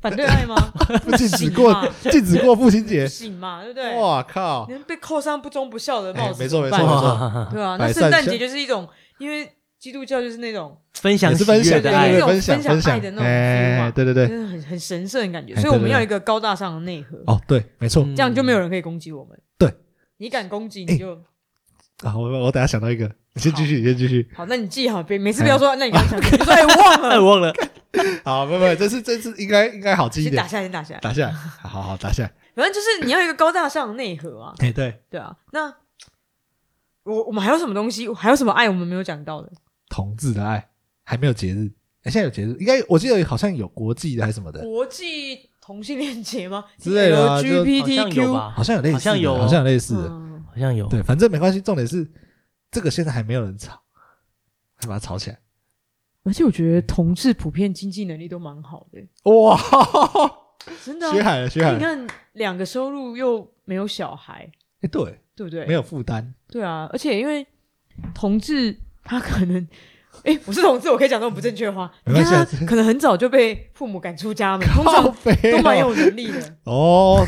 反对 爱吗？不禁止行过嘛，禁止过父亲不节，行嘛，对不啊对？哇靠你！能被扣上不忠不孝的帽哎，子，没错没错怎么没办错，哇对啊，百那善圣诞节孝就是一种，因为基督教就是那种分享也是喜分悦享的对爱对那对种分享分享分享爱的那，种哎，对对真对，的很很神圣的感觉，哎所以我们对对要一个高大上的内核，哦对，没错，这样就没有人可以攻击我们。对，你敢攻击哎你就啊，我我等下想到一个，你先继续，你先继续。好，那你记好，别每次哎不要说，那你刚啊刚讲什么，你说哎忘哎，了，忘了，好，不不，这次这次应该应该好 记一先点打，下来，先打下来。打下来，好好好，打 下来。反正就是你要有一个高大上的内核啊，哎，对，对啊。那我我们还有什么东西，还有什么爱我们没有讲到的？同志的爱还没有节日，哎，现在有节日，应该我记得好像有国际的还是什么的，国际同性恋节吗？ 之类的啊就好像有 LGBTQ，吧？好像有类似的，好像有哦好像有类似的。嗯，好像有，对，反正没关系，重点是这个现在还没有人吵，还把它吵起来。而且我觉得同志普遍经济能力都蛮好的，哇，真的 啊、学海了，学海你了。看两个收入又没有小孩，哎，对，对不对？没有。有负担。对啊，而且因为同志他可能， 哎，我是同志，我可以讲这种不正确的话。没你关看系啊他可能很早就被父母赶出家门，通常肥都蛮哦有能力的，哦。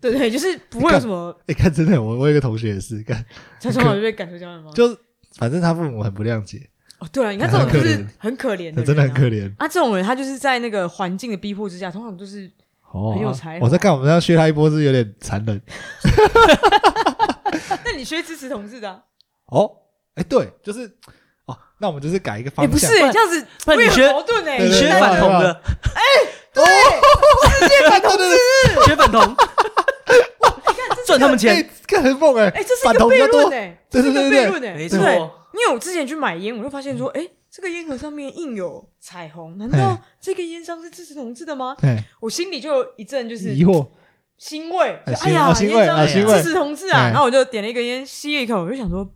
对不对？就是不会有什么哎，看真的，我我有一个同学也是，看他从小就被赶出家门吗？就是反正他父母很不谅解，哦，对啊，你看这种很可就怜是很可怜的人啊，真的很可怜。啊，这种人他就是在那个环境的逼迫之下，通常就是哦，很有才华我在看我们要削他一波是有点残忍。 那你学支持同志的啊、哦，哎，对，就是哦，那我们就是改一个哎、方向。不是、不欸，然这样子不然会你学有矛盾哎、对你对学对反同的，对，反同志学反同，赚他们哎钱，，这个很猛哎，哎、这是反一个同比悖较多论。哎，对这是一个对对对嗯悖论哎、没对错不，对因为我之前去买烟，我就发现说，哎、这个烟盒上面印有彩虹，难道这个烟商是支持同志的吗？哎，我心里就有一阵就是疑惑，欣慰，哎就欣哎呀啊，欣慰烟啊商欣慰支持同志啊哎，然后我就点了一根烟，吸了一口，我就想说。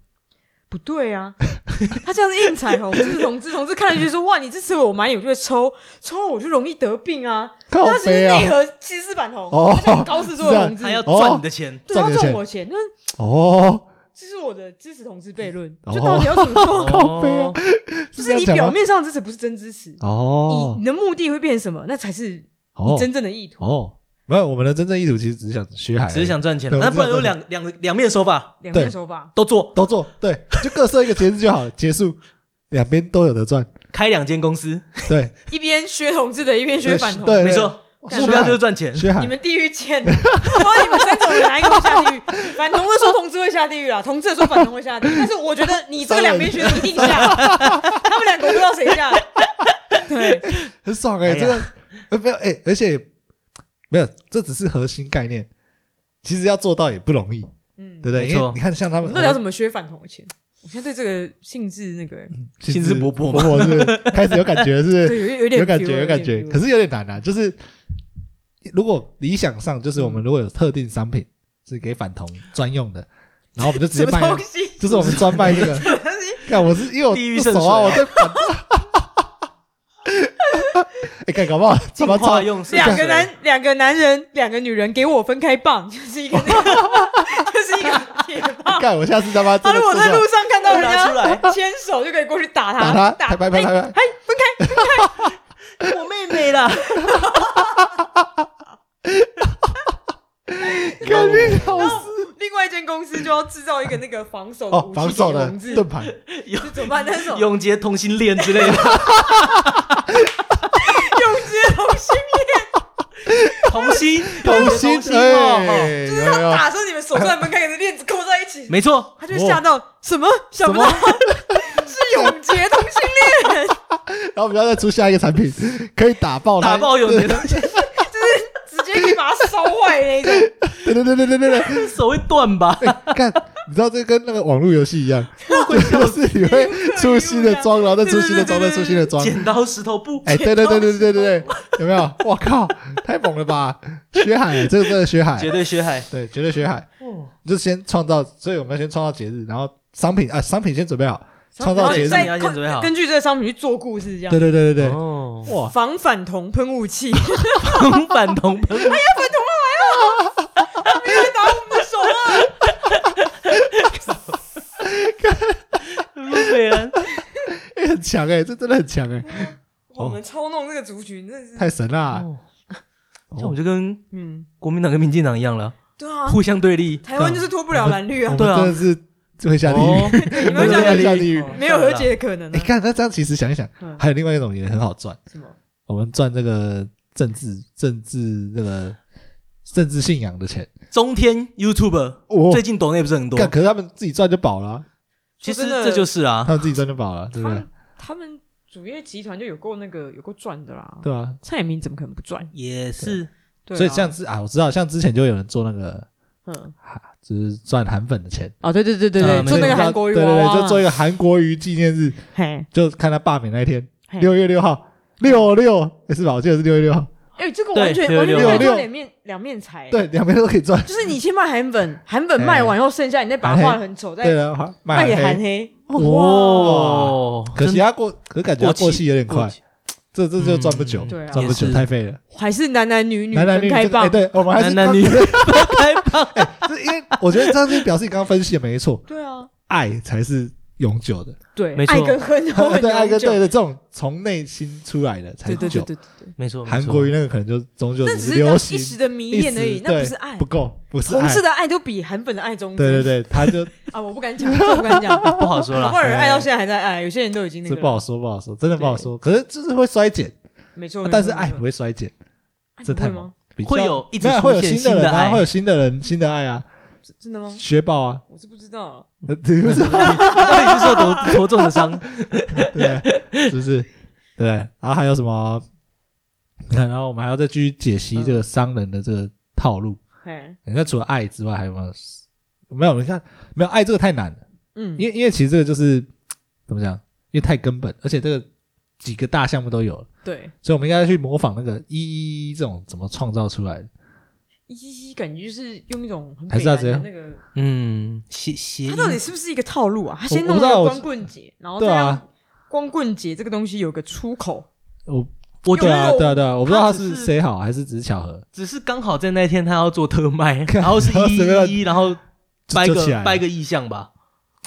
不对啊， 他这样子印彩虹，支持同志，同志看了就说：“哇，你支持我，我买你我就会抽，抽了我就容易得病啊。”靠他其实背内啊，核其实是反同，哦啊他就搞死所有 同志，还要赚你的钱，对他赚你的钱赚我钱，那哦，这是我的支持同志悖论，哦就到底要怎么 做？靠背啊哦，就是是这样你讲表吗？面上支持不是真支持，你哦你的目的会变成什么？那才是你哦真正的意图。哦，没有，我们的真正意图其实只是想学海而已，只是想赚钱，对那我知不道然有两两两面手法两面手法，都做，都做，对，就各设一个节日就好了，结束，两边都有的赚，开两间公司，对，一边学同志的，一边学反同。对，啊没错，对，目标就是赚钱，学海你，们地狱见的，不管你们三种人哪一个会下 地狱？反同的说同志会下地狱啦，同志的说反同会下地狱。但是我觉得你这个两边学的一定 下，他们两个我不知道谁下。对，很爽哎、哎欸，呀这个呃没有哎、而且没有，这只是核心概念，其实要做到也不容易，嗯对不，对？没因错为你看像他我们们到底要怎么削反同的钱？我现在对这个性质那个欸，兴兴致致勃勃勃勃是不是开始有感觉是不是对， 有有点有感 feel 觉有感觉， feel 可是有点难啊。就是如果理想上就是我们如果有特定商品是给反同专用 的，然后我们就直什接么卖，东西？就是我们专卖这 个。看我是因为我地狱不圣熟啊，水我在反。哎，看搞不好怎么进操化用是两个啊男，两个男人，两个女人给我分开棒，就 是一个那个，就是一个铁棒。干，我下次他妈他真的如果做在到路上看到人拿出家来牵手，就可以过去打打他，他，打拍拍拍哎拍拍，我妹妹 啦，肯定好然后另外一间公司就要制造一个那个防守的哦，武器防守给的同志，盾牌，这怎么办？但是永杰同性恋之类的， 用之同心，同心同心心哦，哎，有就是没他有？打说你们手上门开，可是链子扣在一起， 没错，他就吓到什么想不到是永劫同性恋，然后我们要再出下一个产品，可以打爆它打爆永 年，直接可以把它烧坏那种。对对对对对对对， 手会断吧？哎看，你知道这跟那个网络游戏一 样，就是你会出新的装，然后再出新的装，再出新的装。 剪刀石头布，哎，对对对对对对对，有没有？我靠，太猛了吧！血海，这个真的血海，绝对血海。对，绝对血海，哦你就先创造，所以我们要先创造节日，然后商品啊，商品先准备好，创造节日。然再对后要先准备好根据这个商品去做故事，这样。对对对对，哦，哇，防反同喷 雾器，他同反同喷，们又打我们的手了。路北人哎很强哎，这真的很强哎，哇我们操弄这个族群，真的是，太神啊啦！哦这样我就跟嗯，国民党跟民进党一样了，对啊，互相对立。台湾就是脱不了蓝绿我啊们，对啊真的是会哦下地哦狱。你我们们想真的想下地狱。没有和解的可能你啊？看，那这样其实想一想嗯，还有另外一种也很好赚，什么？我们赚这个政治、政治这个政治信仰的钱。中天 YouTube 哦我最近抖内不是很多干，，可是他们自己赚就饱了啊，其实说真的这就是啊他，们自己赚就饱了，对不他对们？他们主业集团就有够那个有够赚的啦。对啊，蔡衍明怎么可能不赚？也是对啊所以像之啊，我知道，像之前就有人做那个，嗯，哈就是赚韩粉的钱，哦，对对对对啊对，没做那你个知道韩国语对娃对娃对，啊，就做一个韩国瑜纪念日，嘿，就看他罢免那一天，嘿六月六号，六六诶是吧？我记得是六月六号，哎，这个完全对完全六可以六做两面两面财。，对，两边都可以赚。就是你先卖韩粉，韩粉卖完以后剩下，你再把它画的很丑，对再了，好卖卖给韩黑，黑。哦，可惜他过，可是感觉他过气有点快，这这就赚不久，嗯对啊赚不也久是太废了。还是男男女女男男女分女开这个，哎，棒，对我们还是男 男女开放，这因为我觉得这样就表示你刚刚分析的没错，对啊，爱才是永久的，对，没错爱 跟恨都很对爱跟永久对的这种从内心出来的才对对对久。对对对，没错，没错韩国瑜那个可能就终究那只是是那流一行时的迷恋而一已时，那不对是爱不。够，不是同爱事。的爱都比韩粉的爱忠贞。对对对，他就 啊，我不敢讲，这我不敢 讲，不好说好啦不。好？哎人爱到现在还在爱，有些人都已经那这个不了，好说，不好说，真的不好说。可是就是会衰减，没错。啊但是没错爱不会衰减，爱这嗯不会太吗？比较会有一直没有出会有现新的人爱啊，会有新的人、新的爱啊，真真的吗？学报啊，我是不知道，呃对不是？到底是受多多重 的伤？对，是不是？对，然后还有什么？你看，然后我们还要再继续解析这个商人的这个套路。哎，你看，除了爱之外，还有没有？没有，你看，没有爱这个太难了，嗯，因为因为其实这个就是怎么讲？因为太根本，而且这个几个大项目都有了，对，所以我们应该去模仿那个一一这种怎么创造出来的。一一感觉就是用一种很还北是要南的那个，嗯，谐谐音他到底是不是一个套路啊？他先我弄不知那道个我光棍节，然后再对啊让光棍节这个东西有个出口，我我对啊，有对啊，对啊，我不知道他他是只是谁好还是只是巧合，只是刚好在那一天他要做 特卖，然后是然后一随便乱一一，然后掰就起来个了掰个意向吧。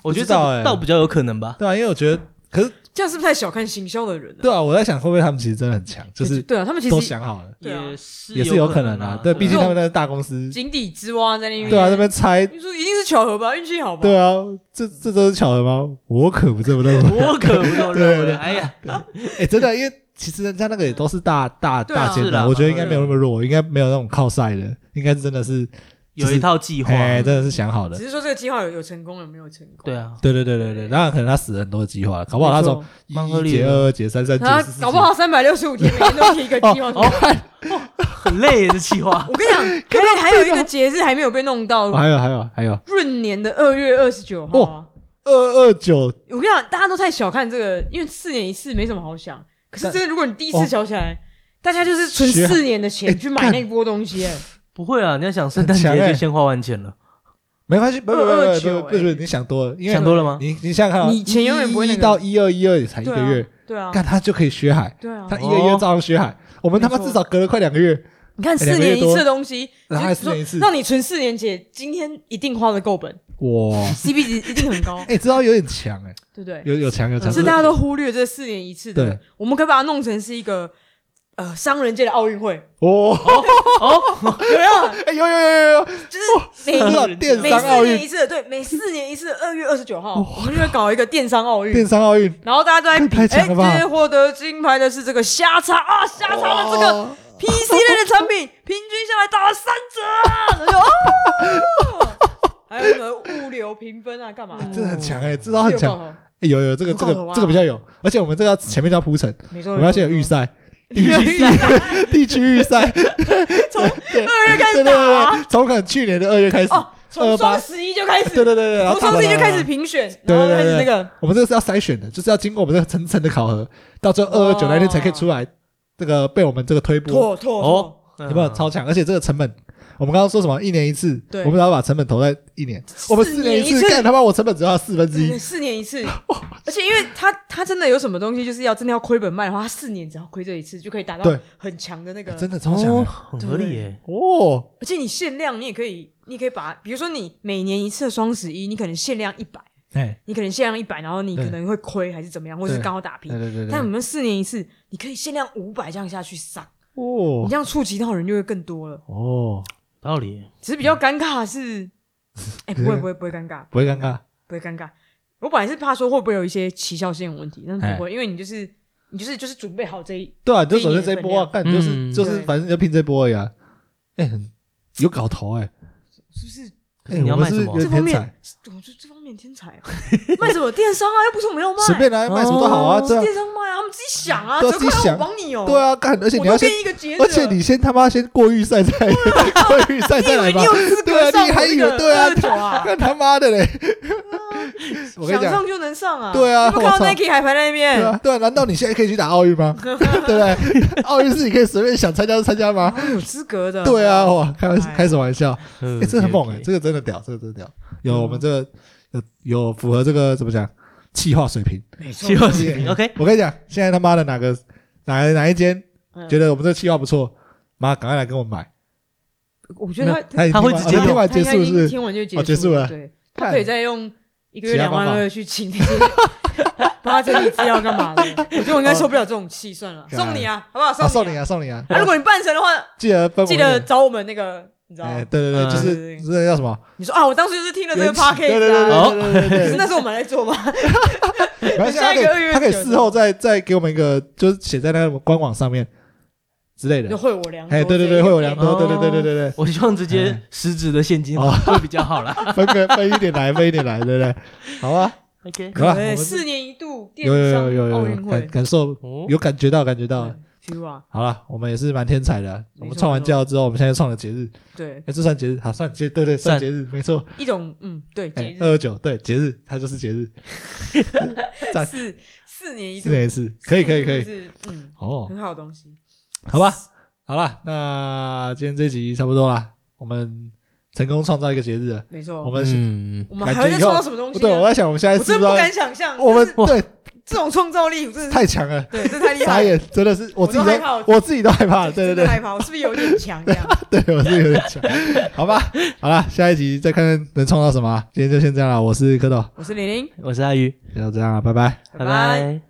我觉不得知这道个欸倒比较有可能吧。对啊，因为我觉得，可是这样是不是太小看行销的人了？对啊，我在想会不会他们其实真的很强，就是对啊，他们其都实想好了，对啊也是也是有可能啊啊。。对，毕竟他这们那是大公司，井底之蛙在那边，对啊，那边猜，你说一定是巧合吧，运气好吧？对啊，这这都是巧合吗？我可不这么认为。我可不这么认为。哎呀， 哎，真的，因为其实人家那个也都是大大对啊大阶是啦段，我觉得应该没有那么弱，应该没有那种靠赛的，应该是真的是有一套计划。哎，真的是想好的只。是说这个计划有有成功了没有成功？对，啊，对对对对对，当然可能他死了很多的计划，搞不好他从蛮合一理节、的二二节、三三节然、四四节后啊搞不好三百六十五天每天都提一个计哦划出来。很累的计划。我 跟你讲，还有还有一个节日还没有被弄到哦，，还有还有还有闰年的二月二十九号哦啊、二二九我跟你讲，大家都太小看这个，因为四年一次没什么好想。可是真的，如果你第一次想起来，大家就是存哦学四年的钱哎去买那波东西、哎不会啊，你要想圣诞节很强欸就先花完钱了，没关系，不不不二二不九不不不，哎你想多了，因想为多了吗？你你想想看、哦，你钱永远不会那一个到一二一二也才一个对啊月，，对啊，干他就可以学海，对啊他。一个月照样学海，我们他妈没错至少隔了快两个月，你看哎四两个月年一次的东西，然后就还是四年一次说让你存四年节，今天一定花的够本哇， ，CP 值一定很高， 哎、这招有点强哎、对不对？有有强有强，哦是大家都忽略这四年一次的对，我们可以把它弄成是一个呃商人界的奥运会，哇，有 没有？哦哎、有有有有有，就是每这哦叫电每商奥四年运，一次的，对，每四年一次的二月二十九号，我们就会搞一个电商奥电运，商奥运，然后大家都在比，太强哎，了吧今天获得金牌的是这个虾叉啊，虾叉的这个 PC 类的产品，平均下来打了三折啊，然后就哦，还有什么物流评分啊，干嘛？这很强哎，这招很有强搞，头哎有有这个有这搞头个啊这个比较有，而且我们这个要前面就要铺陈，没错，我们要先有预赛，地区预 地区预赛，从二月开对对对始打啊对，从可能去年的二月开始，哦，二从八双十一就开对始，对对对，然后从打双打十一就打开打始评选，对对然后对开始对那个我们这个是要筛选的，就是要经过我们这个层层的考核，到最后二二九那天才可以出来，这个被我们这个推播，妥妥哦妥，，有没有超强？而且这个成本，我们刚刚说什么一年一次，对我们只要把成本投在一年，我们四年一四次，干他妈我成本只要四分之一嗯，四年 一次，而且因为他他真的有什么东西，就是要真的要亏本卖的话，他四年只要亏这一次就可以达到对哎很强的那个。真的超强哦的很合理耶。哦。而且你限量，你也可以，你可以把，比如说你每年一次的双十一，你可能限量一百，哎，你可能限量一百，然后你对可能会亏还是怎么样，或是对刚好打平对。对对对，但我们四年一次，你可以限量五百这样下去上，你哦这样触及到人就会更多了。哦，道理，只是比较尴尬的 是，哎、不会不会不会尴尬，不会尴尬，不会尴尬。我本来是怕说会不会有一些奇效性的问题，但哎是不会，因为你就是你就是就是准备好这一，对啊，你就首先这一波啊，干你就是嗯就是对反正你就拼这波而已啊，哎，很有搞头哎，是不是？可哎，是你要我们卖是什不么是？这方有天才面，我就这方面天才啊，卖什么电商啊，又不是我没有卖，随便来卖什么都好啊，是对啊，电商卖啊，他们自己想啊，对啊折自己扣想要我帮你哦，对，啊，干，而且我你都要先变一个节日了，而且你先他妈先过预赛再过预赛你再以来为吧你有，资对啊格上你还我这以为个对啊二九啊，干他妈的嘞！ 我跟想你讲，上就能上啊， 对啊你有没有看到我操 Nike 还排在那对边，啊，对啊，难道你现在可以去打奥运吗？对不对？奥运是你可以随便想参加就参加吗？啊有资格的，对啊，哇，开玩哎开什么玩笑？嗯哎，这很猛哎， ，OK，OK 这个真的屌，这个真的屌，有我们这个有有符合这个怎么讲气化水平。没错，七号水平，OK，我跟你讲，现在他妈的哪个哪哪一间嗯觉得我们这个气化不错，妈赶快来跟我们买。我觉得他他已经他会听完直接哦他听完结束是他应该用不已经是？听完就结哦结束了对，看他可以再用一个月其他两方法万二去请那些帮他整理资料干嘛的？我觉得我应该受不了这种气，算了，哦送你啊，好不好？啊，送你你啊！啊，送你啊！啊如果你办成的话，记得分我记一得点。找我们那个，你知道哎，吗？对对对，嗯就是这个叫什么？你说啊，我当时就是听了这个缘起对 podcast 啊，哦对对对对可对是对那时候我们来做吧，对，然后 下他一可个二月以他可以九日事后再再给我们一个，就是写在那个官网上面之类就的。会我良多，哎，对对对，会有良多，哦对对对对对我希望直接实质的现金哎哦会比较好啦。对，分个分一点来，分一点来，对不对？好啊， OK，好了，我对，们四年呃一度电有有商有有奥有运有会感，感受哦，有感觉到感觉到了。对，feel 啊，好了，我们也是蛮天才的。啊错我们创完教之后，我们现在创了节日，对，哎，这算节日？好，算节，对对，算算节日，没错。一种嗯，对，节哎，日二九，对，节日，它就是节日，赞四四年一是度，没事，可以可以可以。是嗯，哦，很好的东西。好吧，好了，那今天这集差不多啦，我们成功创造一个节日了。没错，我们是，嗯，我们还会再创造什么东西呢？对，我在想我们下一我次真不知的道，不敢想象，我们就是哇对这种创造力，我真的是太强了，对，这太厉傻害了，眼，真的是我自己我都害怕我都我自己都害怕了，对真对的害怕，我是不是有点强这样？对，对我自己有点强，好吧，好了，下一集再看看能创造什么啊，今天就先这样了，我是蝌蚪，我是玲玲，嗯我是阿鱼，就这样了，拜拜。拜拜。